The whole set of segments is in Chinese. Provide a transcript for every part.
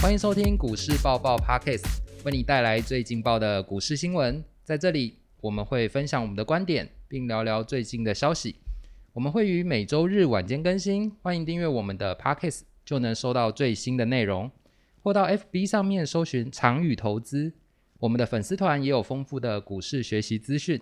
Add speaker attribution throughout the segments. Speaker 1: 欢迎收听股市爆爆 Podcast，为你带来最劲爆的股市新闻。在这里，我们会分享我们的观点，并聊聊最近的消息。我们会于每周日晚间更新，欢迎订阅我们的 Podcast，就能收到最新的内容，或到 FB 上面搜寻“长宇投资”。我们的粉丝团也有丰富的股市学习资讯。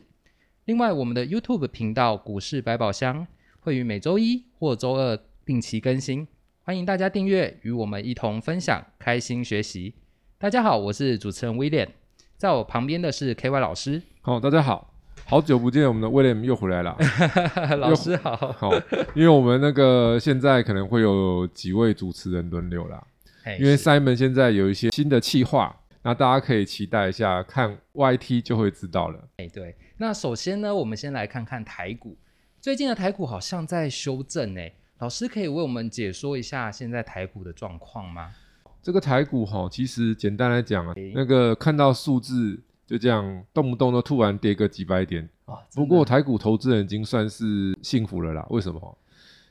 Speaker 1: 另外，我们的 YouTube 频道“股市百宝箱”会于每周一或周二定期更新，欢迎大家订阅，与我们一同分享，开心学习。大家好，我是主持人威廉，在我旁边的是 KY 老师，
Speaker 2: 好、大家好，好久不见，我们的威廉又回来了。
Speaker 1: 老师好，
Speaker 2: 好，因为我们那个现在可能会有几位主持人轮流啦，
Speaker 1: 嘿
Speaker 2: 因为
Speaker 1: 哎是
Speaker 2: Simon 现在有一些新的企划，那大家可以期待一下，看 YT 就会知道了。
Speaker 1: 哎对，那首先呢，我们先来看看台股，最近的台股好像在修正哎，老师可以为我们解说一下现在台股的状况吗？
Speaker 2: 这个台股哈，其实简单来讲啊，那个看到数字就这样，动不动都突然跌个几百点，
Speaker 1: 啊，
Speaker 2: 哦不过台股投资人已经算是幸福了啦。为什么？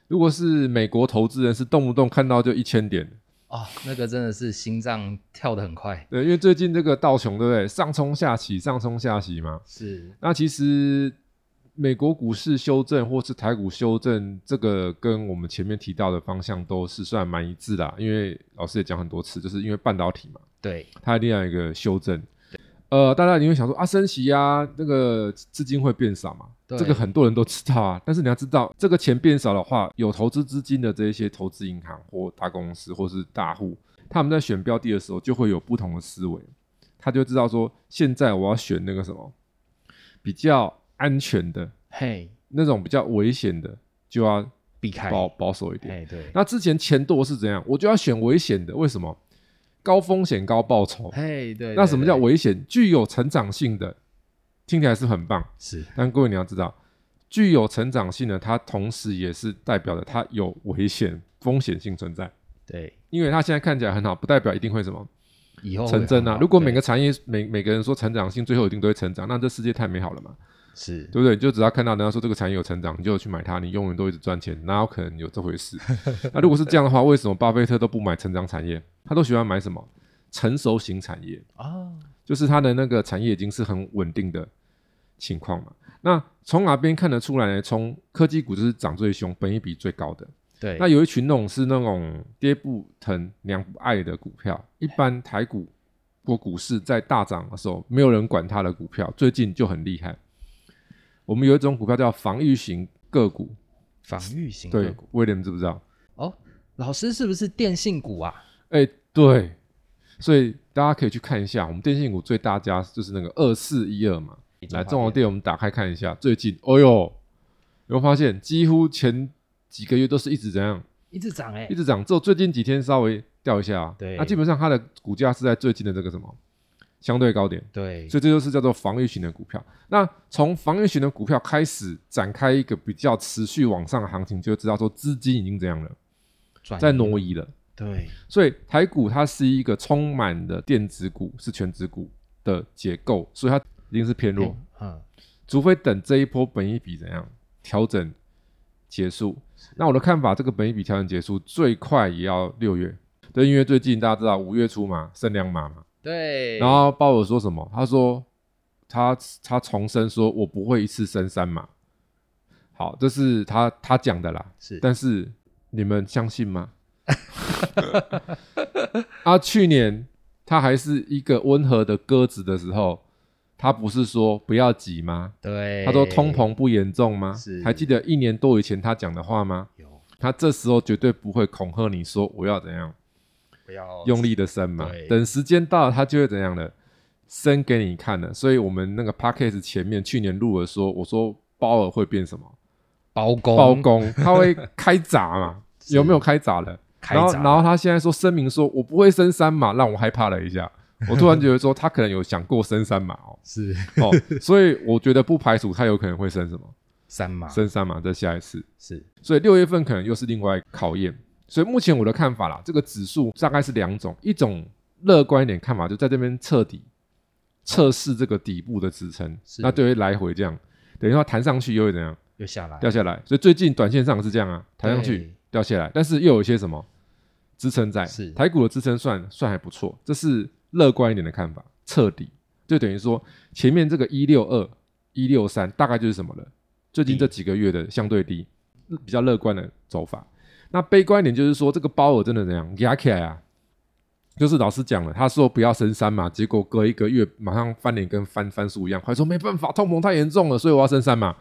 Speaker 2: 如果是美国投资人，是动不动看到就一千点，
Speaker 1: 哦，那个真的是心脏跳得很快，
Speaker 2: 对，因为最近这个道琼，对不对？上冲下起，上冲下起嘛。
Speaker 1: 是
Speaker 2: 那其实美国股市修正或是台股修正，这个跟我们前面提到的方向都是算蛮一致啦。因为老师也讲很多次，就是因为半导体嘛，
Speaker 1: 对，
Speaker 2: 它一定要有一个修正。呃，大家你会想说啊，升息啊，那个资金会变少嘛？
Speaker 1: 对
Speaker 2: 这个很多人都知道啊。但是你要知道，这个钱变少的话，有投资资金的这一些投资银行或大公司或是大户，他们在选标的的时候就会有不同的思维，他就知道说，现在我要选那个什么比较安全的，
Speaker 1: 嘿，
Speaker 2: 那种比较危险的就要
Speaker 1: 避开，
Speaker 2: 保保守一点。
Speaker 1: 哎对，
Speaker 2: 那之前钱多是怎样？我就要选危险的，为什么？高风险高报酬。
Speaker 1: 嘿对，
Speaker 2: 那
Speaker 1: 对
Speaker 2: 什么叫
Speaker 1: 哎对
Speaker 2: 危险？具有成长性的，听起来是很棒，
Speaker 1: 是
Speaker 2: 但各位你要知道，具有成长性的，它同时也是代表着它有危险风险性存在。
Speaker 1: 对，
Speaker 2: 因为它现在看起来很好，不代表一定会什么
Speaker 1: 以后会
Speaker 2: 成真
Speaker 1: 哦很
Speaker 2: 啊
Speaker 1: 好。
Speaker 2: 如果每
Speaker 1: 对
Speaker 2: 个产业每每个人说成长性，最后一定都会成长，那这世界太美好了嘛，
Speaker 1: 是
Speaker 2: 对不对？你就只要看到人家说这个产业有成长，你就去买它，你永远都一直赚钱，哪有可能有这回事？ 那如果是这样的话，为什么巴菲特都不买成长产业？他都喜欢买什么成熟型产业？
Speaker 1: 啊，
Speaker 2: 就是它的那个产业已经是很稳定的情况嘛。那从哪边看得出来呢？从科技股就是涨最凶，本益比最高的。
Speaker 1: 对，
Speaker 2: 那有一群那种是那种爹不疼娘不爱的股票，一般台股或股市在大涨的时候，没有人管它的股票，最近就很厉害。我们有一种股票叫防御型个股，
Speaker 1: 防御型个
Speaker 2: 对
Speaker 1: 股，
Speaker 2: 威廉知不知道？
Speaker 1: 哦，老师是不是电信股啊？
Speaker 2: 哎、对，所以大家可以去看一下，我们电信股最大家就是那个二四一二嘛。来，中华
Speaker 1: 电
Speaker 2: 电我们打开看一下，最近，哦呦，你会发现几乎前几个月都是一直怎样，
Speaker 1: 一直涨哎
Speaker 2: 一，直涨，只有最近几天稍微掉一下、啊。
Speaker 1: 对
Speaker 2: 那基本上它的股价是在最近的这个什么相对高点，
Speaker 1: 对，
Speaker 2: 所以这就是叫做防御型的股票。那从防御型的股票开始展开一个比较持续往上的行情，就会知道说资金已经怎样了，
Speaker 1: 转
Speaker 2: 在
Speaker 1: 移
Speaker 2: 挪移了。
Speaker 1: 对
Speaker 2: 所以台股它是一个充满了电子股是全指股的结构，所以它一定是偏弱。
Speaker 1: 嗯
Speaker 2: 除非等这一波本一比怎样调整结束。那我的看法，这个本一比调整结束最快也要六月，对，因为最近大家知道五月初嘛，升两码嘛，
Speaker 1: 对，
Speaker 2: 然后鲍尔说什么？他说他他重申说我不会一次升三码，好，这是他他讲的啦，
Speaker 1: 是
Speaker 2: 但是你们相信吗？ 啊，去年他还是一个温和的鸽子的时候，他不是说不要急吗？
Speaker 1: 对，
Speaker 2: 他说通膨不严重吗
Speaker 1: 是？
Speaker 2: 还记得一年多以前他讲的话吗？
Speaker 1: 有
Speaker 2: 他这时候绝对不会恐吓你说我要怎样
Speaker 1: 不要
Speaker 2: 用力的升嘛
Speaker 1: 哦对，
Speaker 2: 等时间到了他就会怎样了，升给你看了。所以我们那个 p a c k a g e 前面去年录的说，我说鲍尔会变什么？
Speaker 1: 包工
Speaker 2: 包工，他会开闸 嘛？
Speaker 1: 是
Speaker 2: 有没有开闸了？
Speaker 1: 开
Speaker 2: 然后
Speaker 1: 闸
Speaker 2: 然后他现在说声明说我不会升三码，让我害怕了一下。我突然觉得说他可能有想过升三码哦，
Speaker 1: 是
Speaker 2: 哦，所以我觉得不排除他有可能会升什么。
Speaker 1: 三嘛
Speaker 2: 升三嘛，再下一次，
Speaker 1: 是
Speaker 2: 所以六月份可能又是另外一个考验。所以目前我的看法啦，这个指数大概是两种，一种乐观一点看法，就在这边彻底测试这个底部的支撑，
Speaker 1: 是
Speaker 2: 那就会来回这样，等于说弹上去又会怎样
Speaker 1: 又下来
Speaker 2: 掉下来。所以最近短线上是这样啊，弹上去
Speaker 1: 对
Speaker 2: 掉下来，但是又有一些什么支撑在，
Speaker 1: 是
Speaker 2: 台股的支撑算算还不错，这是乐观一点的看法。彻底就等于说前面这个一六二、一六三大概就是什么了？最近这几个月的相对低，比较乐观的走法。那悲观一点就是说，这个鲍尔真的怎样压起来啊？就是老师讲了，他说不要升三嘛，结果隔一个月马上翻脸跟翻番薯一样，还说没办法，通膨太严重了，所以我要升三嘛。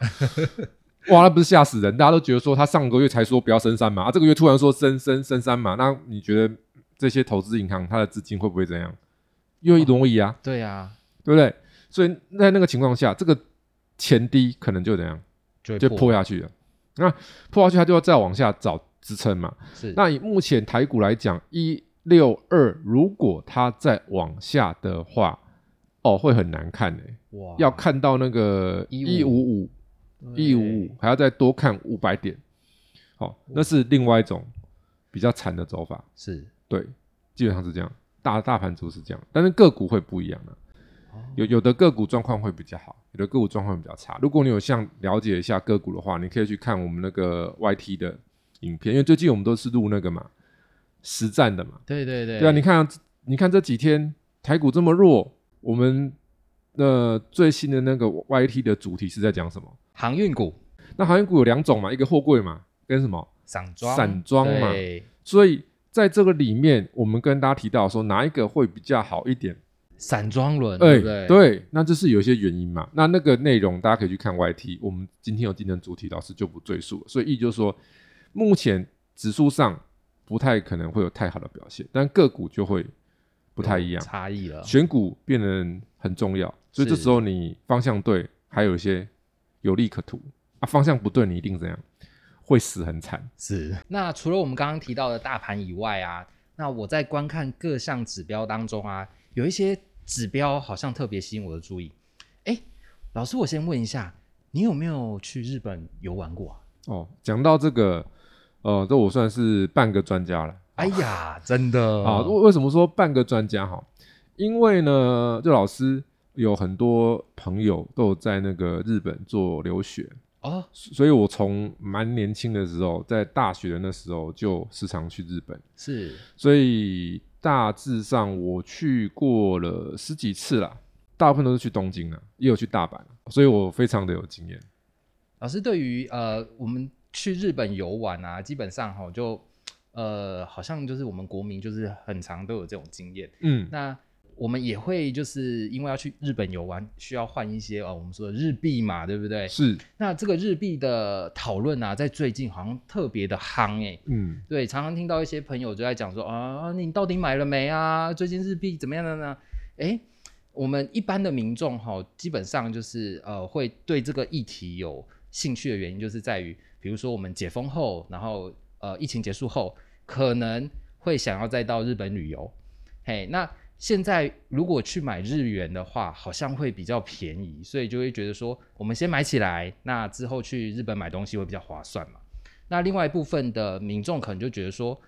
Speaker 2: 哇，那不是吓死人！大家都觉得说他上个月才说不要升三嘛，啊，这个月突然说升升升三嘛，那你觉得这些投资银行它的资金会不会怎样？又一挪移啊，
Speaker 1: 对啊，
Speaker 2: 对不对？所以在那个情况下，这个前低可能就怎样
Speaker 1: 就
Speaker 2: 就
Speaker 1: 会
Speaker 2: 破下去了。那破下去，它就要再往下找支撑嘛。
Speaker 1: 是
Speaker 2: 那以目前台股来讲，一六二如果它再往下的话，哦，会很难看诶、
Speaker 1: 哇
Speaker 2: 要看到那个哦一
Speaker 1: 155
Speaker 2: 五哎五
Speaker 1: 对
Speaker 2: 一五五，还要再多看五百点。好、那是另外一种比较惨的走法。
Speaker 1: 是
Speaker 2: 对，基本上是这样，大大盘族是这样，但是个股会不一样啊。
Speaker 1: 哦
Speaker 2: 有有的个股状况会比较好，有的个股状况会比较差。如果你有想了解一下个股的话，你可以去看我们那个 YT 的影片，因为最近我们都是录那个嘛实战的嘛，
Speaker 1: 对对对
Speaker 2: 对啊，你看啊，你看这几天台股这么弱，我们的最新的那个 YT 的主题是在讲什么？
Speaker 1: 航运股
Speaker 2: 那航运股有两种嘛，一个货柜嘛，跟什么？
Speaker 1: 散装
Speaker 2: 散装嘛
Speaker 1: 对
Speaker 2: 所以在这个里面，我们跟大家提到说哪一个会比较好一点？
Speaker 1: 散装轮，
Speaker 2: 哎、
Speaker 1: 对不嗯对？
Speaker 2: 对，那这是有一些原因嘛。那那个内容大家可以去看 YT，我们今天有竞争主题，老师就不赘述了。所以意就是说，目前指数上不太可能会有太好的表现，但个股就会不太一样。
Speaker 1: 差异了。
Speaker 2: 选股变得很重要，所以这
Speaker 1: 是
Speaker 2: 时候你方向对，还有一些有利可图啊。方向不对，你一定怎样会死很惨。
Speaker 1: 是。那除了我们刚刚提到的大盘以外啊，那我在观看各项指标当中啊，有一些指标好像特别吸引我的注意。哎，老师，我先问一下，你有没有去日本游玩过啊？
Speaker 2: 哦，讲到这个，呃，这我算是半个专家了
Speaker 1: 哎呀，真的
Speaker 2: 啊。为、为什么说半个专家哈？因为呢，就老师有很多朋友都有在那个日本做留学，
Speaker 1: 哦，
Speaker 2: 所以我从蛮年轻的时候，在大学的那时候就时常去日本。
Speaker 1: 是
Speaker 2: 所以大致上我去过了十几次啦，大部分都是去东京啦，也有去大阪啦，所以我非常的有经验。
Speaker 1: 老师对于呃我们去日本游玩啊，基本上哈就呃好像就是我们国民就是很常都有这种经验。
Speaker 2: 嗯，
Speaker 1: 那我们也会就是因为要去日本游玩，需要换一些呃我们说的日币嘛，对不对？
Speaker 2: 是，
Speaker 1: 那这个日币的讨论啊，在最近好像特别的夯哎、
Speaker 2: 嗯，
Speaker 1: 对，常常听到一些朋友就在讲说啊，你到底买了没啊？最近日币怎么样了呢？哎，我们一般的民众哈、基本上就是呃，会对这个议题有兴趣的原因，就是在于，比如说我们解封后，然后呃，疫情结束后，可能会想要再到日本旅游。嘿，那现在如果去买日元的话，好像会比较便宜，所以就会觉得说，我们先买起来，那之后去日本买东西会比较划算嘛。那另外一部分的民众可能就觉得说，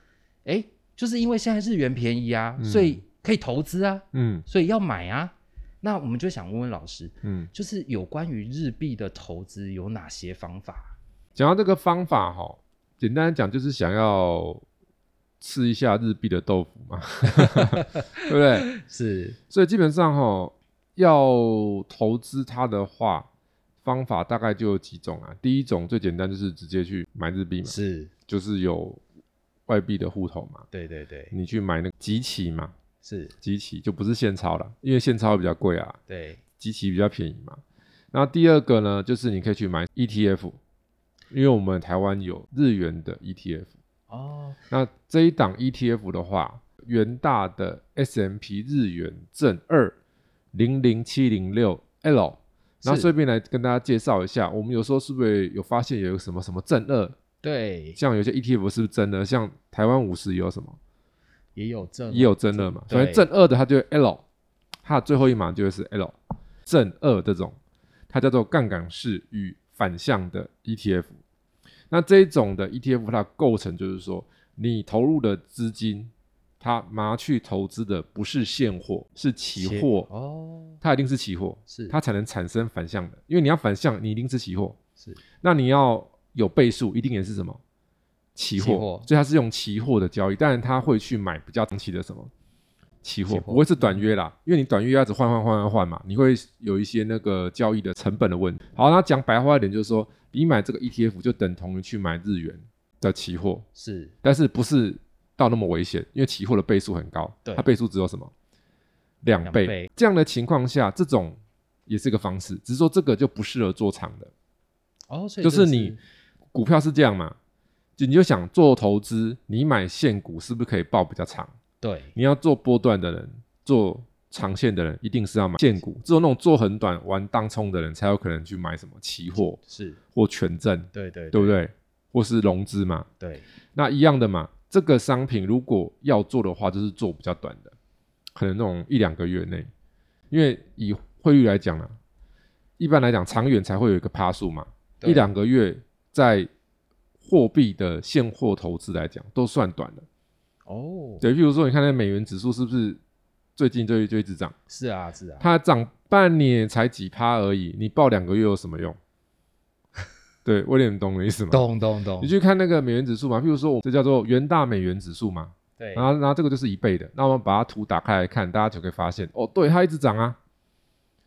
Speaker 1: 哎，就是因为现在日元便宜啊，
Speaker 2: 嗯
Speaker 1: 所以可以投资啊，
Speaker 2: 嗯，
Speaker 1: 所以要买啊。那我们就想问问老师，
Speaker 2: 嗯。
Speaker 1: 就是有关于日币的投资有哪些方法？
Speaker 2: 讲到这个方法哈，简单讲就是想要吃一下日币的豆腐嘛， 对不对？
Speaker 1: 是
Speaker 2: 所以基本上哈，要投资它的话，方法大概就有几种啊。第一种最简单就是直接去买日币嘛，
Speaker 1: 是，
Speaker 2: 就是有外币的户头嘛，
Speaker 1: 对对对，
Speaker 2: 你去买那个集齐嘛，
Speaker 1: 是
Speaker 2: 集齐就不是现钞了，因为现钞比较贵啊，
Speaker 1: 对
Speaker 2: 集齐比较便宜嘛。那第二个呢，就是你可以去买 ETF，因为我们台湾有日元的 ETF。
Speaker 1: 哦，
Speaker 2: 那这一档 ETF 的话，元大的 S M P 日元正二零零七零六 L，然后
Speaker 1: 是
Speaker 2: 顺便来跟大家介绍一下，我们有时候是不是有发现有个什么什么正二，
Speaker 1: 对，
Speaker 2: 像有些 ETF 是不是真的？像台湾五十也有什么？
Speaker 1: 也有这
Speaker 2: 也有正二嘛，
Speaker 1: 对
Speaker 2: 所以正二的它就会 L，它的最后一码就会是 L，正二这种，它叫做杠杆式与反向的 ETF。那这一种的 ETF 它的构成就是说，你投入的资金，它拿去投资的不是现货，是期货，
Speaker 1: 哦，
Speaker 2: 它一定是期货，
Speaker 1: 是
Speaker 2: 它才能产生反向的，因为你要反向，你一定是期货，
Speaker 1: 是
Speaker 2: 那你要有倍数，一定也是什么期
Speaker 1: 期货
Speaker 2: 所以它是用期货的交易，当然它会去买比较长期的什么期货，
Speaker 1: 期货
Speaker 2: 不会是短约啦，因为你短约要只换换换换换嘛，你会有一些那个交易的成本的问题。好，那讲白话一点就是说，你买这个 ETF 就等同于去买日元的期货，
Speaker 1: 是
Speaker 2: 但是不是到那么危险，因为期货的倍数很高，
Speaker 1: 对
Speaker 2: 它倍数只有什么两
Speaker 1: 两
Speaker 2: 倍
Speaker 1: 倍
Speaker 2: 这样的情况下，这种也是一个方式，只是说这个就不适合做长的。
Speaker 1: 哦，所以
Speaker 2: 就
Speaker 1: 这
Speaker 2: 是你股票是这样嘛，就你就想做投资，你买现股是不是可以报比较长？
Speaker 1: 对
Speaker 2: 你要做波段的人，做长线的人，一定是要买现股。只有那种做很短玩当冲的人，才有可能去买什么期货
Speaker 1: 是，
Speaker 2: 或权证，
Speaker 1: 对对
Speaker 2: 对不对？或是融资嘛。
Speaker 1: 对，
Speaker 2: 那一样的嘛，这个商品如果要做的话，就是做比较短的，可能那种一两个月内，因为以汇率来讲啊，一般来讲长远才会有一个趴数嘛，
Speaker 1: 对
Speaker 2: 一两个月在货币的现货投资来讲都算短的。
Speaker 1: 哦，
Speaker 2: 对，譬如说你看那美元指数是不是最近就就一直涨，
Speaker 1: 是啊是啊，
Speaker 2: 它涨半年才几趴而已，你报两个月有什么用？对，威廉，你懂我的意思吗？
Speaker 1: 懂懂懂
Speaker 2: 你，去看那个美元指数嘛，譬如说我们这叫做元大美元指数嘛，
Speaker 1: 对
Speaker 2: 然后，然后这个就是一倍的。那我们把它图打开来看，大家就可以发现，哦，对，它一直涨啊，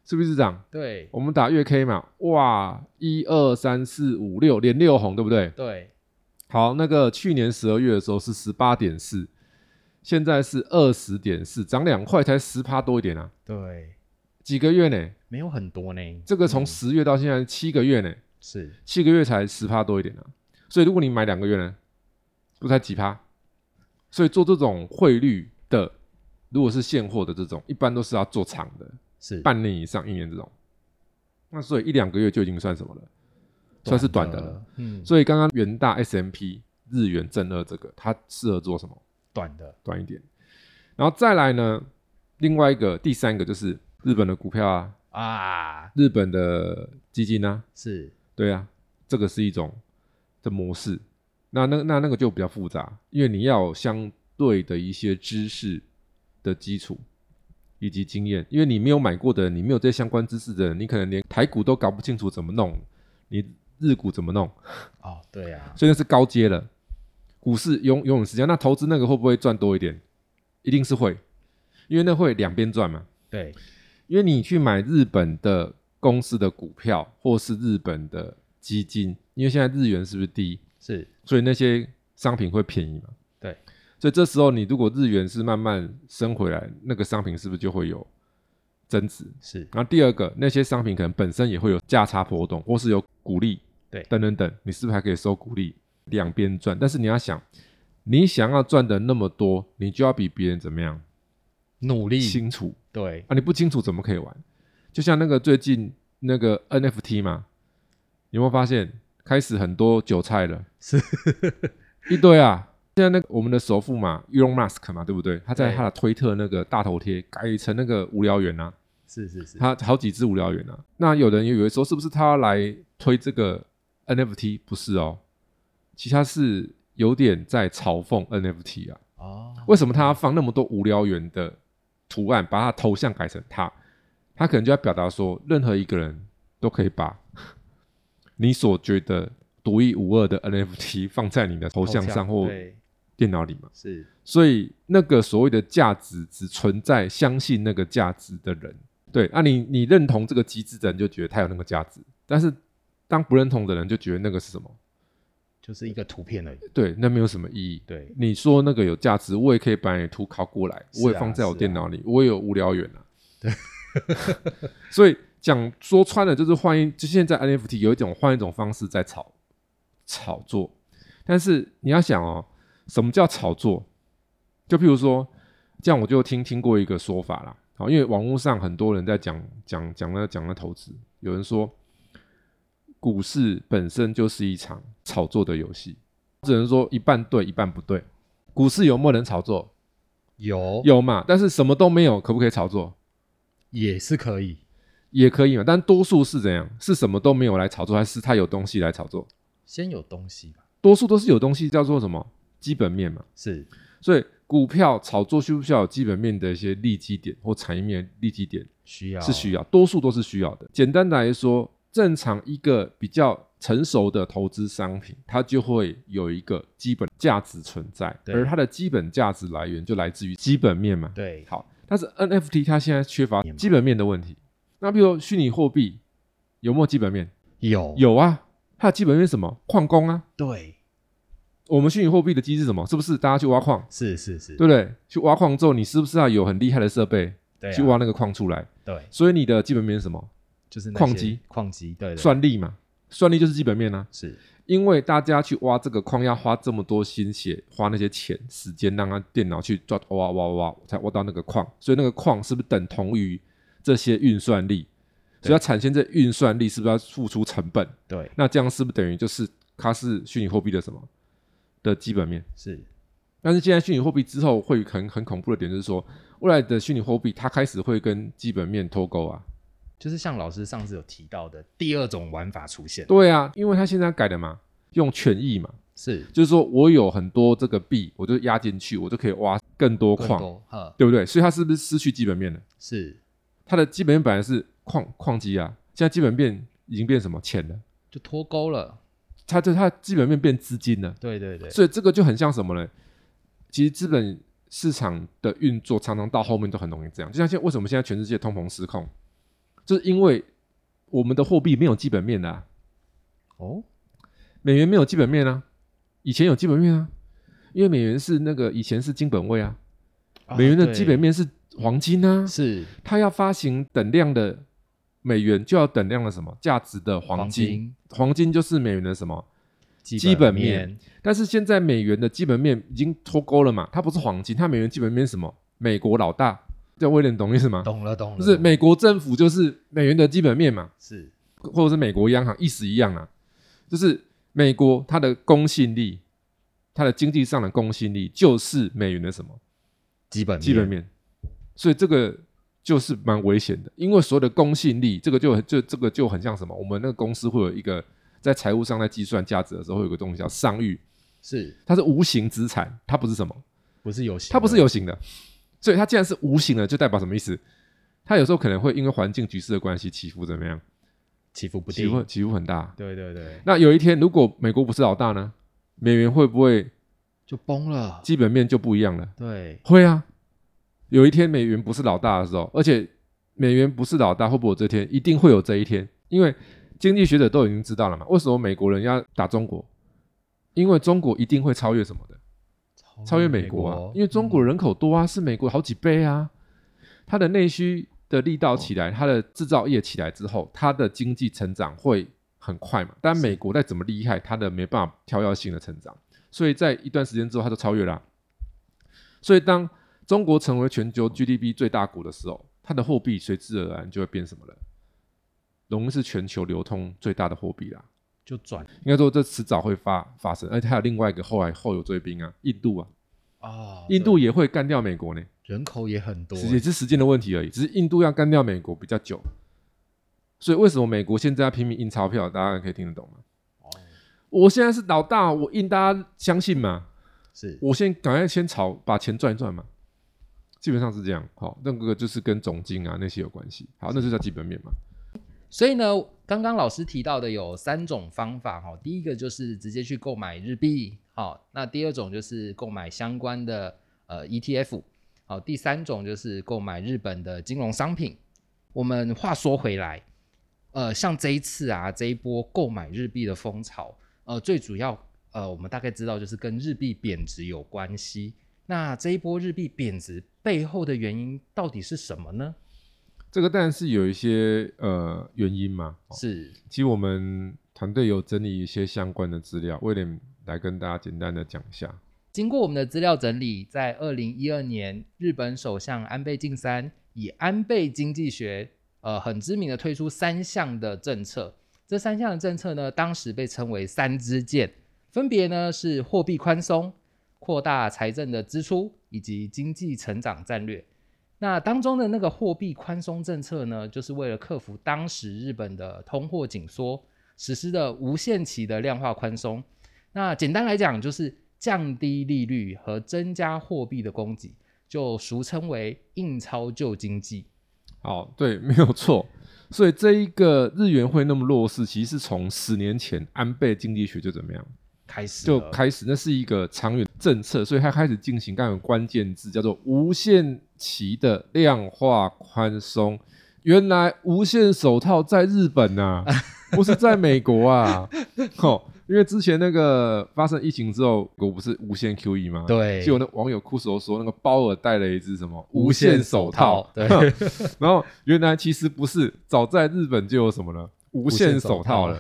Speaker 2: 是不是一直涨？
Speaker 1: 对
Speaker 2: 我们打月 K 嘛，哇，一二三四五六，连六红，对不对？
Speaker 1: 对，
Speaker 2: 好，那个去年十二月的时候是十八点四，现在是二十点四，涨两块才十趴多一点啊，
Speaker 1: 对，
Speaker 2: 几个月呢？
Speaker 1: 没有很多呢。
Speaker 2: 这个
Speaker 1: 嗯
Speaker 2: 从十月到现在七个月呢，
Speaker 1: 是
Speaker 2: 七个月才十趴多一点啊。所以如果你买两个月呢，不才几趴。所以做这种汇率的，如果是现货的这种，一般都是要做长的，
Speaker 1: 是
Speaker 2: 半年以上、一年这种。那所以一两个月就已经算什么了？算是短的了。，
Speaker 1: 嗯，
Speaker 2: 所以刚刚元大 S M P 日元正二这个，它适合做什么？
Speaker 1: 短的
Speaker 2: 短一点。然后再来呢，另外一个第三个就是日本的股票啊，
Speaker 1: 啊，
Speaker 2: 日本的基金啊，
Speaker 1: 是
Speaker 2: 对啊，这个是一种的模式。那那那那个就比较复杂，因为你要有相对的一些知识的基础以及经验，因为你没有买过的人，你没有这些相关知识的人，你可能连台股都搞不清楚怎么弄，你日股怎么弄，
Speaker 1: 哦，对啊，
Speaker 2: 所以那是高阶了。股市永永远是这样，那投资那个会不会赚多一点？一定是会，因为那会两边赚嘛。
Speaker 1: 对，
Speaker 2: 因为你去买日本的公司的股票，或是日本的基金，因为现在日元是不是低，
Speaker 1: 是
Speaker 2: 所以那些商品会便宜嘛？
Speaker 1: 对，
Speaker 2: 所以这时候你如果日元是慢慢升回来，那个商品是不是就会有增值？
Speaker 1: 是
Speaker 2: 然后第二个，那些商品可能本身也会有价差波动，或是有股利，
Speaker 1: 对
Speaker 2: 等等等，你是不是还可以收股利？两边赚，但是你要想，你想要赚的那么多，你就要比别人怎么样
Speaker 1: 努力，
Speaker 2: 清楚，
Speaker 1: 对，
Speaker 2: 啊，你不清楚怎么可以玩？就像那个最近那个 NFT 嘛，你有没有发现开始很多韭菜了？
Speaker 1: 是
Speaker 2: 一堆啊！现在那个我们的首富嘛，Elon Musk 嘛，对不对？他在
Speaker 1: 对
Speaker 2: 他的推特那个大头贴改成那个无聊猿啊，
Speaker 1: 是是是，
Speaker 2: 他好几只无聊猿啊。那有人也以为说是不是他要来推这个 NFT？不是哦，其实他是有点在嘲讽 NFT 啊。
Speaker 1: 哦，
Speaker 2: 为什么他要放那么多无聊猿的图案，把他头像改成他？他可能就要表达说，任何一个人都可以把 你所觉得独一无二的 NFT 放在你的头像上或
Speaker 1: 对，
Speaker 2: 电脑里嘛。
Speaker 1: 是
Speaker 2: 所以那个所谓的价值只存在相信那个价值的人。对，那、你你认同这个机制的人就觉得他有那个价值，但是当不认同的人就觉得那个是什么？
Speaker 1: 就是一个图片而已，
Speaker 2: 对，那没有什么意义。
Speaker 1: 对，
Speaker 2: 你说那个有价值，我也可以把你的图拷过来，
Speaker 1: 是啊
Speaker 2: 我也放在我电脑里，我也有无聊源啊。对， 所以讲说穿了就是换一，就现在 NFT 有一种换一种方式在炒炒作，但是你要想哦，什么叫炒作？就譬如说，这样我就听听过一个说法啦，好，因为网络上很多人在讲讲讲那讲那投资，有人说股市本身就是一场炒作的游戏，只能说一半对一半不对。股市有没有人炒作？
Speaker 1: 有
Speaker 2: 有嘛，但是什么都没有，可不可以炒作？
Speaker 1: 也是可以，
Speaker 2: 也可以嘛，但多数是怎样？是什么都没有来炒作，还是它有东西来炒作？
Speaker 1: 先有东西吧，
Speaker 2: 多数都是有东西叫做什么基本面嘛。
Speaker 1: 是
Speaker 2: 所以股票炒作需不需要有基本面的一些利基点或产业面的利基点
Speaker 1: 需要
Speaker 2: 是需
Speaker 1: 要，
Speaker 2: 要，多数都是需要的。简单来说，正常一个比较成熟的投资商品，它就会有一个基本价值存在，
Speaker 1: 对
Speaker 2: 而它的基本价值来源就来自于基本面嘛。
Speaker 1: 对，
Speaker 2: 好，但是 NFT 它现在缺乏基本面的问题。那比如说虚拟货币有没有基本面？
Speaker 1: 有
Speaker 2: 有啊，它的基本面是什么？矿工啊。
Speaker 1: 对，
Speaker 2: 我们虚拟货币的机制是什么？是不是大家去挖矿，
Speaker 1: 是是是，
Speaker 2: 对不对？去挖矿之后，你是不是要有很厉害的设备
Speaker 1: 对啊
Speaker 2: 去挖那个矿出来？
Speaker 1: 对，
Speaker 2: 所以你的基本面是什么？
Speaker 1: 就是那
Speaker 2: 矿
Speaker 1: 些
Speaker 2: 机
Speaker 1: 矿机，对对
Speaker 2: 算力嘛，算力就是基本面啊。
Speaker 1: 是
Speaker 2: 因为大家去挖这个矿要花这么多心血，花那些钱、时间，让它电脑去抓挖挖挖，才挖到那个矿，所以那个矿是不是等同于这些运算力？所以要产生这运算力，是不是要付出成本？
Speaker 1: 对
Speaker 2: 那这样是不是等于就是它是虚拟货币的什么的基本面？
Speaker 1: 是
Speaker 2: 但是现在虚拟货币之后会很很恐怖的点就是说，未来的虚拟货币它开始会跟基本面脱钩啊。
Speaker 1: 就是像老师上次有提到的第二种玩法出现，
Speaker 2: 对啊，因为它现在改的嘛，用权益嘛，
Speaker 1: 是
Speaker 2: 就是说我有很多这个币，我就压进去，我就可以挖更多
Speaker 1: 更
Speaker 2: 矿，
Speaker 1: 多呵
Speaker 2: 对不对？所以它是不是失去基本面了？
Speaker 1: 是
Speaker 2: 它的基本面本来是矿矿机啊，现在基本面已经变什么钱了？
Speaker 1: 就脱钩了，
Speaker 2: 它就它基本面变资金了，
Speaker 1: 对对对，
Speaker 2: 所以这个就很像什么呢？其实资本市场的运作常常到后面都很容易这样，就像现在为什么现在全世界通膨失控，就是因为我们的货币没有基本面的、啊，
Speaker 1: 哦，
Speaker 2: 美元没有基本面啊，以前有基本面啊，因为美元是那个以前是金本位啊，
Speaker 1: 啊
Speaker 2: 美元的基
Speaker 1: 对
Speaker 2: 本面是黄金啊，
Speaker 1: 是
Speaker 2: 它要发行等量的美元，就要等量的什么价值的黄
Speaker 1: 黄
Speaker 2: 金，
Speaker 1: 金
Speaker 2: 黄金就是美元的什么？
Speaker 1: 基
Speaker 2: 基
Speaker 1: 本
Speaker 2: 本面但是现在美元的基本面已经脱钩了嘛，它不是黄金，它美元基本面是什么？美国老大，叫威廉，懂意思吗？
Speaker 1: 懂了懂了，
Speaker 2: 就是
Speaker 1: 懂了
Speaker 2: 美国政府就是美元的基本面嘛，
Speaker 1: 是
Speaker 2: 或者是美国央行意思一样啊，就是美国它的公信力，它的经济上的公信力就是美元的什么？
Speaker 1: 基本
Speaker 2: 基本
Speaker 1: 面
Speaker 2: 面，所以这个就是蛮危险的，因为所有的公信力，这个就很就这个就很像什么？我们那个公司会有一个在财务上在计算价值的时候，会有一个东西叫商誉，
Speaker 1: 是
Speaker 2: 它是无形资产，它不是什么，
Speaker 1: 不是有形的？
Speaker 2: 它不是有形的，所以它既然是无形的，就代表什么意思？它有时候可能会因为环境局势的关系起伏怎么样？
Speaker 1: 起伏不
Speaker 2: 起
Speaker 1: 定
Speaker 2: 伏，起伏很大。
Speaker 1: 对对对，
Speaker 2: 那有一天如果美国不是老大呢？美元会不会
Speaker 1: 就崩了，
Speaker 2: 基本面就不一样了？
Speaker 1: 对
Speaker 2: 会啊，有一天美元不是老大的时候，而且美元不是老大，会不会有这天？一定会有这一天，因为经济学者都已经知道了嘛。为什么美国人要打中国？因为中国一定会超越什么的，超越美国啊！因为中国人口多啊，是美国好几倍啊。它的内需的力道起来，它的制造业起来之后，它的经济成长会很快嘛。但美国再怎么厉害，它的没办法跳跃性的成长，所以在一段时间之后，它就超越了啊、所以当中国成为全球 GDP 最大国的时候，它的货币随之而然就会变什么了？龙是全球流通最大的货币啦，
Speaker 1: 就转
Speaker 2: 应该说这迟早会发发生，而且还有另外一个后来后有追兵啊，印度啊，
Speaker 1: 啊，
Speaker 2: 印度
Speaker 1: 对
Speaker 2: 也会干掉美国呢，
Speaker 1: 人口也很多
Speaker 2: 只，也是时间的问题而已，只是印度要干掉美国比较久，所以为什么美国现在要拼命印钞票？大家可以听得懂吗？
Speaker 1: 哦
Speaker 2: 我现在是老大，我印大家相信嘛？
Speaker 1: 是
Speaker 2: 我先赶快先炒，把钱赚一赚嘛。基本上是这样，好、那个就是跟总金啊那些有关系，好，那就叫基本面嘛。
Speaker 1: 所以呢，刚刚老师提到的有三种方法哈、第一个就是直接去购买日币，好、那第二种就是购买相关的呃 ETF，好、第三种就是购买日本的金融商品。我们话说回来，呃，像这一次啊，这一波购买日币的风潮，呃，最主要呃，我们大概知道就是跟日币贬值有关系。那这一波日币贬值背后的原因到底是什么呢？
Speaker 2: 这个当然是有一些呃原因嘛、哦
Speaker 1: 是
Speaker 2: 其实我们团队有整理一些相关的资料，威廉来跟大家简单的讲一下。
Speaker 1: 经过我们的资料整理，在二零一二年，日本首相安倍晋三以安倍经济学呃很知名的推出三项的政策。这三项的政策呢，当时被称为“三支箭”，分别呢是货币宽松、扩大财政的支出以及经济成长战略。那当中的那个货币宽松政策呢，就是为了克服当时日本的通货紧缩实施的无限期的量化宽松。那简单来讲，就是降低利率和增加货币的供给，就俗称为印钞旧经济。
Speaker 2: 哦 好，对，没有错。所以这一个日元会那么弱势，其实是从十年前安倍经济学就怎么样
Speaker 1: 开始
Speaker 2: 就
Speaker 1: 了
Speaker 2: 开始，那是一个长远政策，所以它开始进行刚有关键字叫做无限期的量化宽松。原来无限手套在日本呐、不是在美国啊， 哦，因为之前那个发生疫情之后，我不是无限 QE 吗？
Speaker 1: 对
Speaker 2: 就有那网友哭手说，那个鲍尔戴了一只什么
Speaker 1: 无限手
Speaker 2: 手
Speaker 1: 套对
Speaker 2: 然后原来其实不是，早在日本就有什么呢？无限手 套了。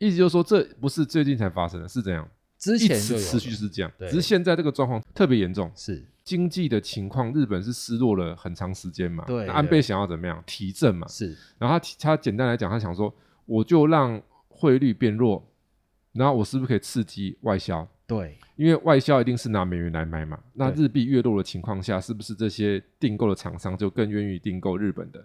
Speaker 2: 意思就是说，这不是最近才发生的，是怎样？
Speaker 1: 之
Speaker 2: 一
Speaker 1: 前就
Speaker 2: 直
Speaker 1: 有
Speaker 2: 持续
Speaker 1: 了
Speaker 2: 是这样，
Speaker 1: 对
Speaker 2: 只是现在这个状况特别严重，
Speaker 1: 是
Speaker 2: 经济的情况，日本是失落了很长时间嘛。
Speaker 1: 对
Speaker 2: 那安
Speaker 1: 对
Speaker 2: 倍想要怎么样提振嘛？
Speaker 1: 是
Speaker 2: 然后他提他简单来讲，他想说，我就让汇率变弱，然后我是不是可以刺激外销？
Speaker 1: 对
Speaker 2: 因为外销一定是拿美元来买嘛，那
Speaker 1: 对
Speaker 2: 日币越弱的情况下，是不是这些订购的厂商就更愿意订购日本的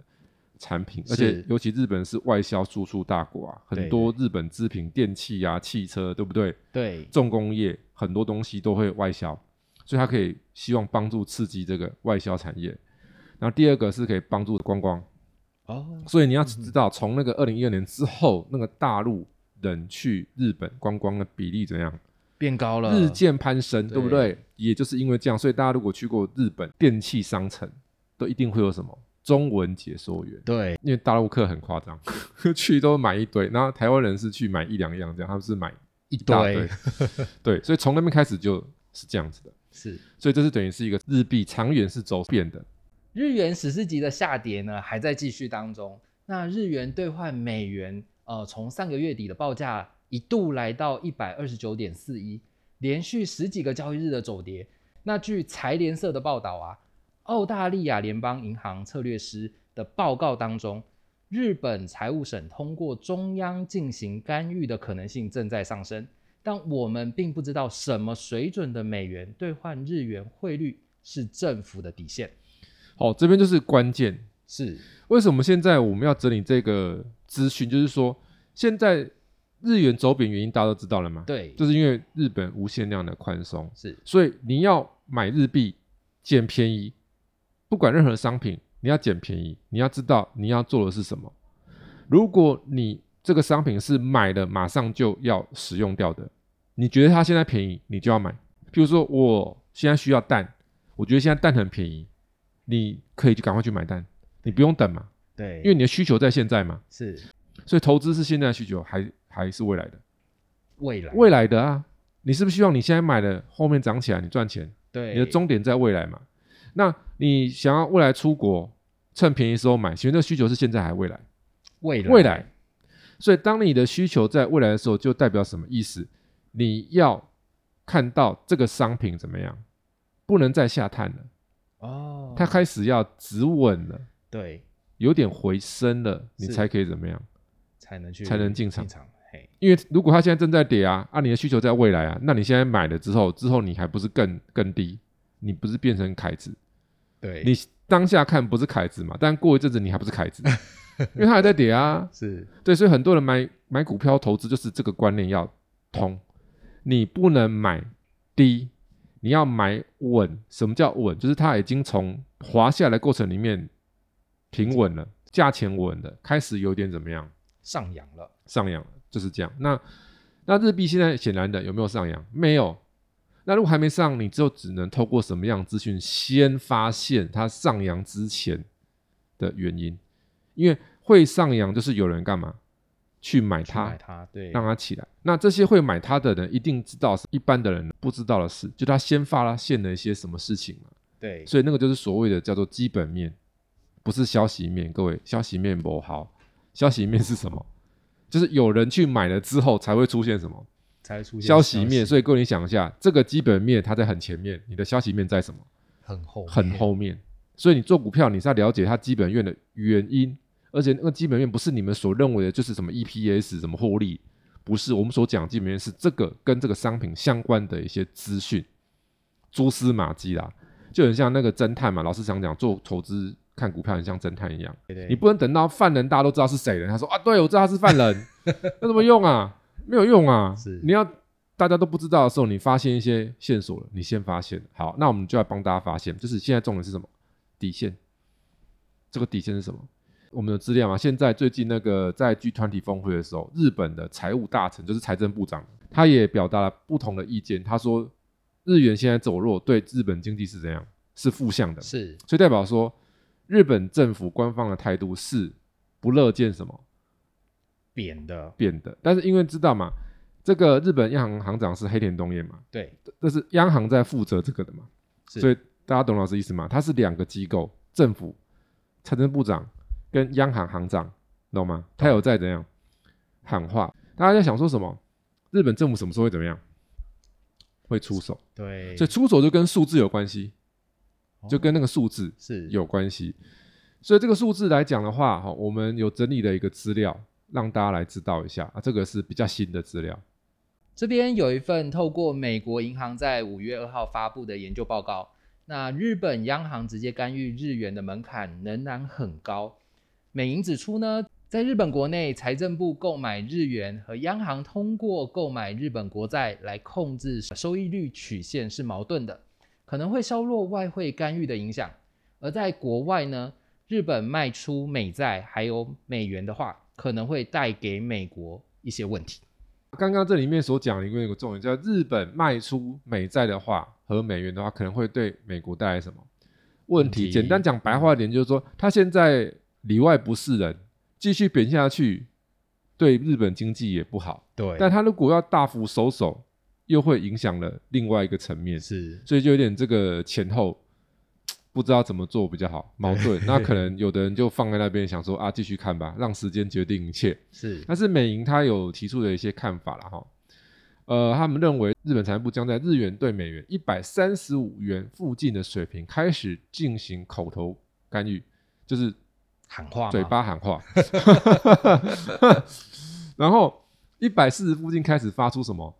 Speaker 2: 产品？
Speaker 1: 是
Speaker 2: 而且尤其日本是外销输出大国啊，
Speaker 1: 对
Speaker 2: 很多日本制品、电器啊、汽车，对不对？
Speaker 1: 对
Speaker 2: 重工业很多东西都会外销，所以它可以希望帮助刺激这个外销产业。然后第二个是可以帮助观光，
Speaker 1: 哦
Speaker 2: 所以你要知道，从那个二零一二年之后，那个大陆人去日本观光的比例怎样？
Speaker 1: 变高了，
Speaker 2: 日渐攀升，
Speaker 1: 对
Speaker 2: 对不对？也就是因为这样，所以大家如果去过日本电器商城，都一定会有什么中文解说员，
Speaker 1: 对
Speaker 2: 因为大陆客很夸张， 去都买一堆，然后台湾人是去买一两样这样，他们是买
Speaker 1: 一
Speaker 2: 一大
Speaker 1: 堆
Speaker 2: 堆， 对，所以从那边开始就是这样子的，
Speaker 1: 是
Speaker 2: 所以这是等于是一个日币长远是走变的，
Speaker 1: 日元十四级的下跌呢，还在继续当中。那日元兑换美元，呃，从上个月底的报价一度来到一百二十九点四一，连续十几个交易日的走跌。那据财联社的报道啊，澳大利亚联邦银行策略师的报告当中，日本财务省通过中央进行干预的可能性正在上升，但我们并不知道什么水准的美元兑换日元汇率是政府的底线。
Speaker 2: 哦，这边就是关键，
Speaker 1: 是
Speaker 2: 为什么现在我们要整理这个资讯？就是说，现在日元走贬原因大家都知道了嘛，
Speaker 1: 对，
Speaker 2: 就是因为日本无限量的宽松。
Speaker 1: 是
Speaker 2: 所以你要买日币捡便宜，不管任何商品，你要捡便宜，你要知道你要做的是什么。如果你这个商品是买了马上就要使用掉的，你觉得它现在便宜，你就要买。譬如说，我现在需要蛋，我觉得现在蛋很便宜，你可以就赶快去买蛋，你不用等嘛，
Speaker 1: 对，
Speaker 2: 因为你的需求在现在嘛，
Speaker 1: 是
Speaker 2: 所以投资是现在的需求，还还是未来的，
Speaker 1: 未来，
Speaker 2: 未来的啊，你是不是希望你现在买了，后面涨起来你赚钱？
Speaker 1: 对
Speaker 2: 你的终点在未来嘛。那你想要未来出国，趁便宜时候买，其实那个需求是现在还未来，
Speaker 1: 未来
Speaker 2: 未来。所以当你的需求在未来的时候，就代表什么意思？你要看到这个商品怎么样，不能再下探了，
Speaker 1: 哦，
Speaker 2: 它开始要止稳了，
Speaker 1: 对
Speaker 2: 有点回升了，你
Speaker 1: 是
Speaker 2: 才可以怎么样？
Speaker 1: 才能去
Speaker 2: 才能进场
Speaker 1: 进场，嘿，
Speaker 2: 因为如果它现在正在跌啊，啊，你的需求在未来啊，那你现在买了之后，之后你还不是更更低？你不是变成凯子？
Speaker 1: 对，
Speaker 2: 你当下看不是凯子嘛，但过一阵子你还不是凯子，因为它还在跌啊。
Speaker 1: 是
Speaker 2: 对，所以很多人买买股票投资就是这个观念要通，你不能买低，你要买稳。什么叫稳？就是它已经从滑下来过程里面平稳了，价钱稳了，开始有点怎么样
Speaker 1: 上扬了，
Speaker 2: 上扬了，就是这样。那那日币现在显然的有没有上扬？没有。那如果还没上，你就只能透过什么样的资讯先发现它上扬之前的原因，因为会上扬就是有人干嘛去买
Speaker 1: 去
Speaker 2: 它，
Speaker 1: 买它，对，
Speaker 2: 让它起来。那这些会买它的人一定知道是一般的人不知道的事，就他先发现了一些什么事情嘛，
Speaker 1: 对，
Speaker 2: 所以那个就是所谓的叫做基本面，不是消息面。各位，消息面不好，消息面是什么？就是有人去买了之后才会出现什么
Speaker 1: 才会出现
Speaker 2: 消息面。
Speaker 1: 面，
Speaker 2: 所以各位，你想一下，这个基本面它在很前面，你的消息面在什么？
Speaker 1: 很厚，
Speaker 2: 很，后面。所以你做股票，你是要了解它基本面的原因，而且那个基本面不是你们所认为的，就是什么 EPS、什么获利，不是我们所讲的基本面是这个跟这个商品相关的一些资讯，蛛丝马迹啦，就很像那个侦探嘛，老师常讲做投资看股票很像侦探一样，
Speaker 1: 对对，
Speaker 2: 你不能等到犯人大家都知道是谁了，他说啊，对我知道他是犯 人，那怎么用啊？没有用啊！
Speaker 1: 是
Speaker 2: 你要大家都不知道的时候，你发现一些线索了，你先发现。好，那我们就要帮大家发现，就是现在重点是什么？底线。这个底线是什么？我们有资料嘛？现在最近那个在 G 团体峰会的时候，日本的财务大臣就是财政部长，他也表达了不同的意见。他说，日元现在走弱对日本经济是怎样？是负向的，
Speaker 1: 是
Speaker 2: 所以代表说，日本政府官方的态度是不乐见什么
Speaker 1: 扁的，
Speaker 2: 变的。但是因为知道嘛，这个日本央行行长是黑田东彦嘛，
Speaker 1: 对，
Speaker 2: 这是央行在负责这个的嘛，
Speaker 1: 是
Speaker 2: 所以大家懂老师意思吗？它是两个机构，政府、财政部长跟央行行长，懂吗？他有在怎样喊话？大家在想说什么？日本政府什么时候会怎么样？会出手，
Speaker 1: 对，
Speaker 2: 所以出手就跟数字有关系，就跟那个数字
Speaker 1: 是
Speaker 2: 有关系。所以这个数字来讲的话，哈，我们有整理了一个资料，让大家来知道一下啊，这个是比较新的资料。
Speaker 1: 这边有一份透过美国银行在五月二号发布的研究报告，那日本央行直接干预日元的门槛仍然很高。美银指出呢，在日本国内，财政部购买日元和央行通过购买日本国债来控制收益率曲线是矛盾的，可能会削弱外汇干预的影响。而在国外呢，日本卖出美债还有美元的话，可能会带给美国一些问题。
Speaker 2: 刚刚这里面所讲的一个有个重点，叫日本卖出美债的话和美元的话，可能会对美国带来什么问
Speaker 1: 问
Speaker 2: 题？
Speaker 1: 题
Speaker 2: 简单讲白话一点，就是说，它现在里外不是人，继续贬下去，对日本经济也不好。
Speaker 1: 对
Speaker 2: 但它如果要大幅收手，又会影响了另外一个层面，
Speaker 1: 是
Speaker 2: 所以就有点这个前后不知道怎么做比较好，矛盾。那可能有的人就放在那边，想说啊，继续看吧，让时间决定一切。
Speaker 1: 是
Speaker 2: 但是美银它有提出的一些看法了哈。呃，他们认为日本财政部将在日元对美元一百三十五元附近的水平开始进行口头干预，就是
Speaker 1: 喊话吗
Speaker 2: 嘴巴喊话， 然后一百四十附近开始发出什么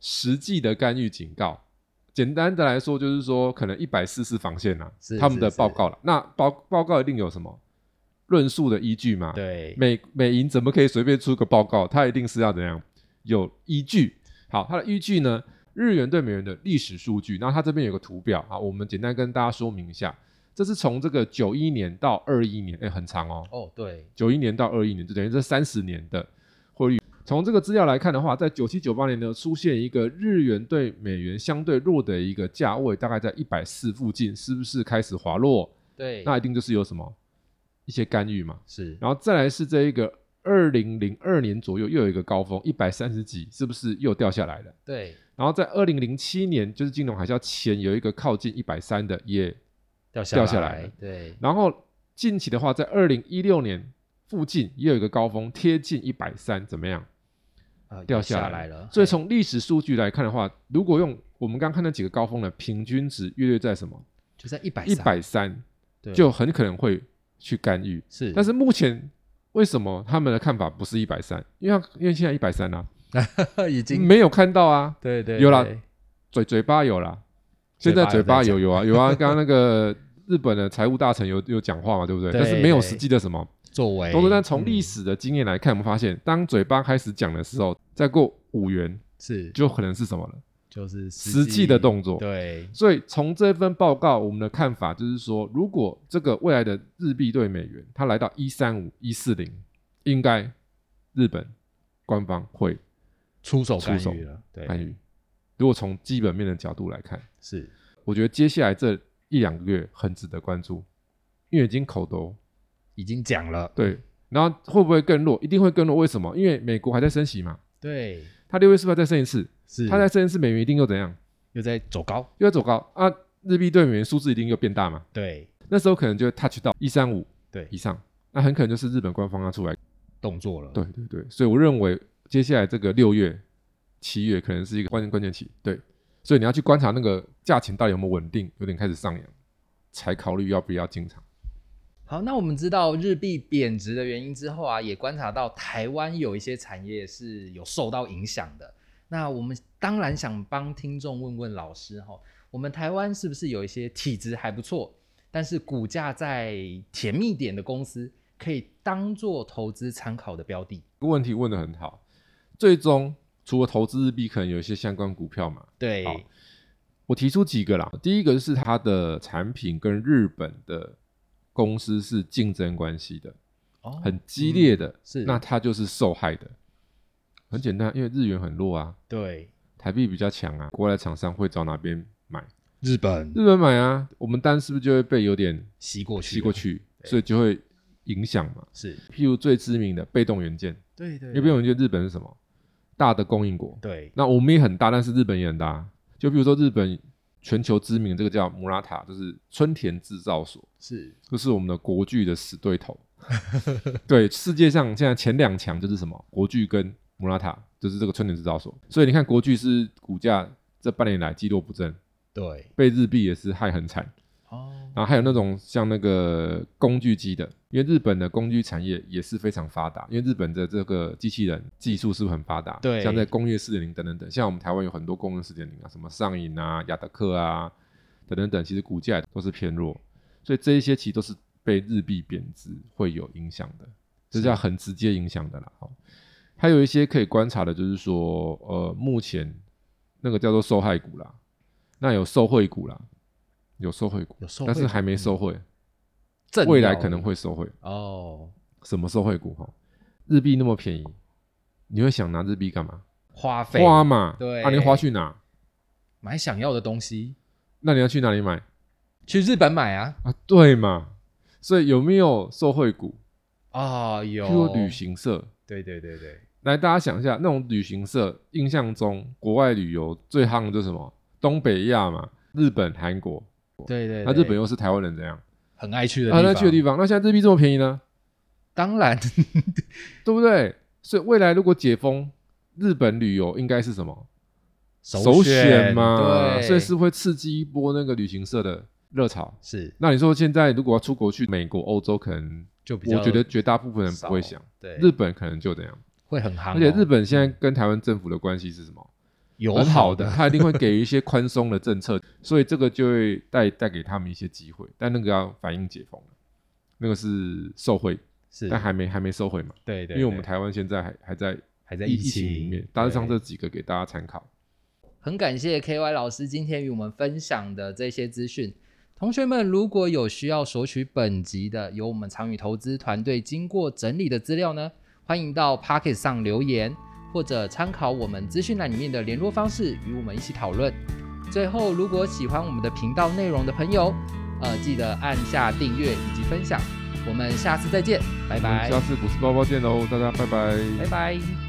Speaker 2: 实际的干预警告。简单的来说，就是说可能一百四是防线啦、
Speaker 1: 是
Speaker 2: 他们的
Speaker 1: 是是
Speaker 2: 报告了。那报报告一定有什么论述的依据嘛？
Speaker 1: 对
Speaker 2: 美美银怎么可以随便出个报告？它一定是要怎样有依据。好，它的依据呢，日元对美元的历史数据。那它这边有个图表啊，我们简单跟大家说明一下，这是从这个九一年到二一年，哎，很长哦，
Speaker 1: 哦对
Speaker 2: 九一年到二一年，就等于这三十年的汇率。从这个资料来看的话，在九七九八年呢，出现一个日元对美元相对弱的一个价位，大概在一百四附近，是不是开始滑落？
Speaker 1: 对
Speaker 2: 那一定就是有什么一些干预嘛。
Speaker 1: 是
Speaker 2: 然后再来是这一个二零零二年左右又有一个高峰，一百三十几，是不是又掉下来了？
Speaker 1: 对
Speaker 2: 然后在二零零七年，就是金融海啸前有一个靠近一百三的也，
Speaker 1: 掉
Speaker 2: 掉
Speaker 1: 下
Speaker 2: 下来了
Speaker 1: 对
Speaker 2: 然后近期的话，在二零一六年附近也有一个高峰，贴近一百三，怎么样？
Speaker 1: 啊
Speaker 2: 掉
Speaker 1: 下
Speaker 2: 下
Speaker 1: 来
Speaker 2: 来
Speaker 1: 了，
Speaker 2: 所以从历史数据来看的话，如果用我们刚刚看那几个高峰的平均值约略在什么
Speaker 1: 嘿就在一百
Speaker 2: 一百三，
Speaker 1: 对
Speaker 2: 就很可能会去干预。
Speaker 1: 是，
Speaker 2: 但是目前为什么他们的看法不是一百三？因为因为现在一百三啊，
Speaker 1: 是已经
Speaker 2: 没有看到啊，
Speaker 1: 对对
Speaker 2: 有啦
Speaker 1: 对
Speaker 2: 嘴嘴巴有啦，
Speaker 1: 嘴
Speaker 2: 现
Speaker 1: 巴
Speaker 2: 在嘴巴
Speaker 1: 有
Speaker 2: 有有啊有啊，刚刚那个日本的财务大臣有有讲话嘛，对不对？
Speaker 1: 对
Speaker 2: 但是没有
Speaker 1: 对
Speaker 2: 实际的什么。
Speaker 1: 作为
Speaker 2: 都是但从历
Speaker 1: 嗯
Speaker 2: 史的经验来看，我们发现，当嘴巴开始讲的时候，再过五元
Speaker 1: 是
Speaker 2: 就可能是什么了，
Speaker 1: 就是
Speaker 2: 实际的动作。
Speaker 1: 对
Speaker 2: 所以从这份报告，我们的看法就是说，如果这个未来的日币对美元它来到一三五一四零，应该日本官方会
Speaker 1: 出手干
Speaker 2: 出手
Speaker 1: 预了，对
Speaker 2: 干预。如果从基本面的角度来看，
Speaker 1: 是
Speaker 2: 我觉得接下来这一两个月很值得关注，因为已经口头
Speaker 1: 已经讲了，
Speaker 2: 对，然后会不会更弱？一定会更弱。为什么？因为美国还在升息嘛，
Speaker 1: 对
Speaker 2: 它六月是不是要再升一次？
Speaker 1: 是
Speaker 2: 它再升一次，美元一定又怎样？
Speaker 1: 又在走高，
Speaker 2: 又要走高啊！日币对美元数字一定又变大嘛？
Speaker 1: 对
Speaker 2: 那时候可能就会 touch 到一三五
Speaker 1: 对
Speaker 2: 以上，那很可能就是日本官方要出来。
Speaker 1: 动作了，
Speaker 2: 对对对，所以我认为接下来这个六月、七月可能是一个关键关键期。对，所以你要去观察那个价钱到底有没有稳定，有点开始上扬，才考虑要不要进场。
Speaker 1: 好，那我们知道日币贬值的原因之后啊，也观察到台湾有一些产业是有受到影响的。那我们当然想帮听众问问老师哈，我们台湾是不是有一些体质还不错，但是股价在甜蜜点的公司，可以当做投资参考的标的？
Speaker 2: 这个问题问得很好，最终除了投资日币，可能有一些相关股票嘛，
Speaker 1: 对，
Speaker 2: 好我提出几个啦，第一个是它的产品跟日本的公司是竞争关系的，
Speaker 1: 哦，
Speaker 2: 很激烈的，
Speaker 1: 是
Speaker 2: 那它就是受害的。很简单，因为日元很弱啊，
Speaker 1: 对
Speaker 2: 台币比较强啊，国外的厂商会找哪边买？
Speaker 1: 日本
Speaker 2: 日本买啊，我们单是不是就会被有点
Speaker 1: 吸过去，
Speaker 2: 吸过，去，所以就会影响嘛。
Speaker 1: 是
Speaker 2: 譬如最知名的被动元件，
Speaker 1: 对对
Speaker 2: 因为被动元件日本是什么？大的供应国。
Speaker 1: 对
Speaker 2: 那我们也很大，但是日本也很大。就比如说日本全球知名的这个叫摩拉塔，就是春田制造所，
Speaker 1: 是
Speaker 2: 这是我们的国巨的死对头。对，世界上现在前两强就是什么？国巨跟摩拉塔，就是这个春田制造所。所以你看，国巨是股价这半年来积弱不振，
Speaker 1: 对
Speaker 2: 被日币也是害很惨。
Speaker 1: 哦，
Speaker 2: 然后还有那种像那个工具机的，因为日本的工具产业也是非常发达，因为日本的这个机器人技术是不是很发达？
Speaker 1: 对
Speaker 2: 像在工业四点零等等等，像我们台湾有很多工业四点零啊，什么上瘾啊、雅德克啊等等等，其实股价也都是偏弱，所以这一些其实都是被日币贬值会有影响的，这
Speaker 1: 是
Speaker 2: 叫很直接影响的啦。哦，还有一些可以观察的，就是说，呃，目前那个叫做受害股啦，那有受惠股啦，有受惠股，
Speaker 1: 有受惠
Speaker 2: 但是
Speaker 1: 股嗯
Speaker 2: 还没受惠，
Speaker 1: 正
Speaker 2: 未
Speaker 1: 要
Speaker 2: 来可能会受惠。
Speaker 1: 哦，
Speaker 2: 什么受惠股？哈，日币那么便宜，你会想拿日币干嘛？
Speaker 1: 花费
Speaker 2: 花嘛，
Speaker 1: 对
Speaker 2: 啊，你花去哪？
Speaker 1: 买想要的东西，
Speaker 2: 那你要去哪里买
Speaker 1: 去日本买啊
Speaker 2: 啊？对嘛，所以有没有受惠股？
Speaker 1: 啊有
Speaker 2: 譬如旅，行社，
Speaker 1: 对对对对，
Speaker 2: 来大家想一下，那种旅行社，印象中国外旅游最夯的就是什么？东北亚嘛，日本、韩国，
Speaker 1: 对对，
Speaker 2: 那、
Speaker 1: 对
Speaker 2: 日本又是台湾人怎样？
Speaker 1: 很爱去的
Speaker 2: 啊，那去的地
Speaker 1: 方，
Speaker 2: 方，那现在日币这么便宜呢？
Speaker 1: 当 然
Speaker 2: 对不对？所以未来如果解封，日本旅游应该是什么
Speaker 1: 选
Speaker 2: 选嘛？
Speaker 1: 对，
Speaker 2: 所以是会刺激一波那个旅行社的热潮。
Speaker 1: 是
Speaker 2: 那你说现在如果要出国去美国、欧洲，可能
Speaker 1: 就比较
Speaker 2: 我觉得绝大部分人不会
Speaker 1: 少
Speaker 2: 想，
Speaker 1: 对
Speaker 2: 日本可能就这样。
Speaker 1: 会很夯哦，
Speaker 2: 而且日本现在跟台湾政府的关系是什么？
Speaker 1: 友
Speaker 2: 很
Speaker 1: 好
Speaker 2: 好的， 他一定会给予一些宽松的政策， 所以这个就会带带给他们一些机会，但那个要反映解封了那个是受贿，
Speaker 1: 是，
Speaker 2: 但还没还没受贿嘛，
Speaker 1: 对对，
Speaker 2: 因为我们
Speaker 1: 对
Speaker 2: 台湾现在还还在
Speaker 1: 还在
Speaker 2: 疫
Speaker 1: 情
Speaker 2: 情里面，大致上
Speaker 1: 对
Speaker 2: 这几个给大家参考。
Speaker 1: 很感谢 KY 老师今天与我们分享的这些资讯。同学们如果有需要索取本集的由我们长宇投资团队经过整理的资料呢，欢迎到 Pocket 上留言，或者参考我们资讯栏里面的联络方式与我们一起讨论。最后，如果喜欢我们的频道内容的朋友，呃，记得按下订阅以嗯及分享。我们下次再见，拜
Speaker 2: 我们
Speaker 1: 拜，
Speaker 2: 下次股市包包见喽，大家拜拜
Speaker 1: 拜拜。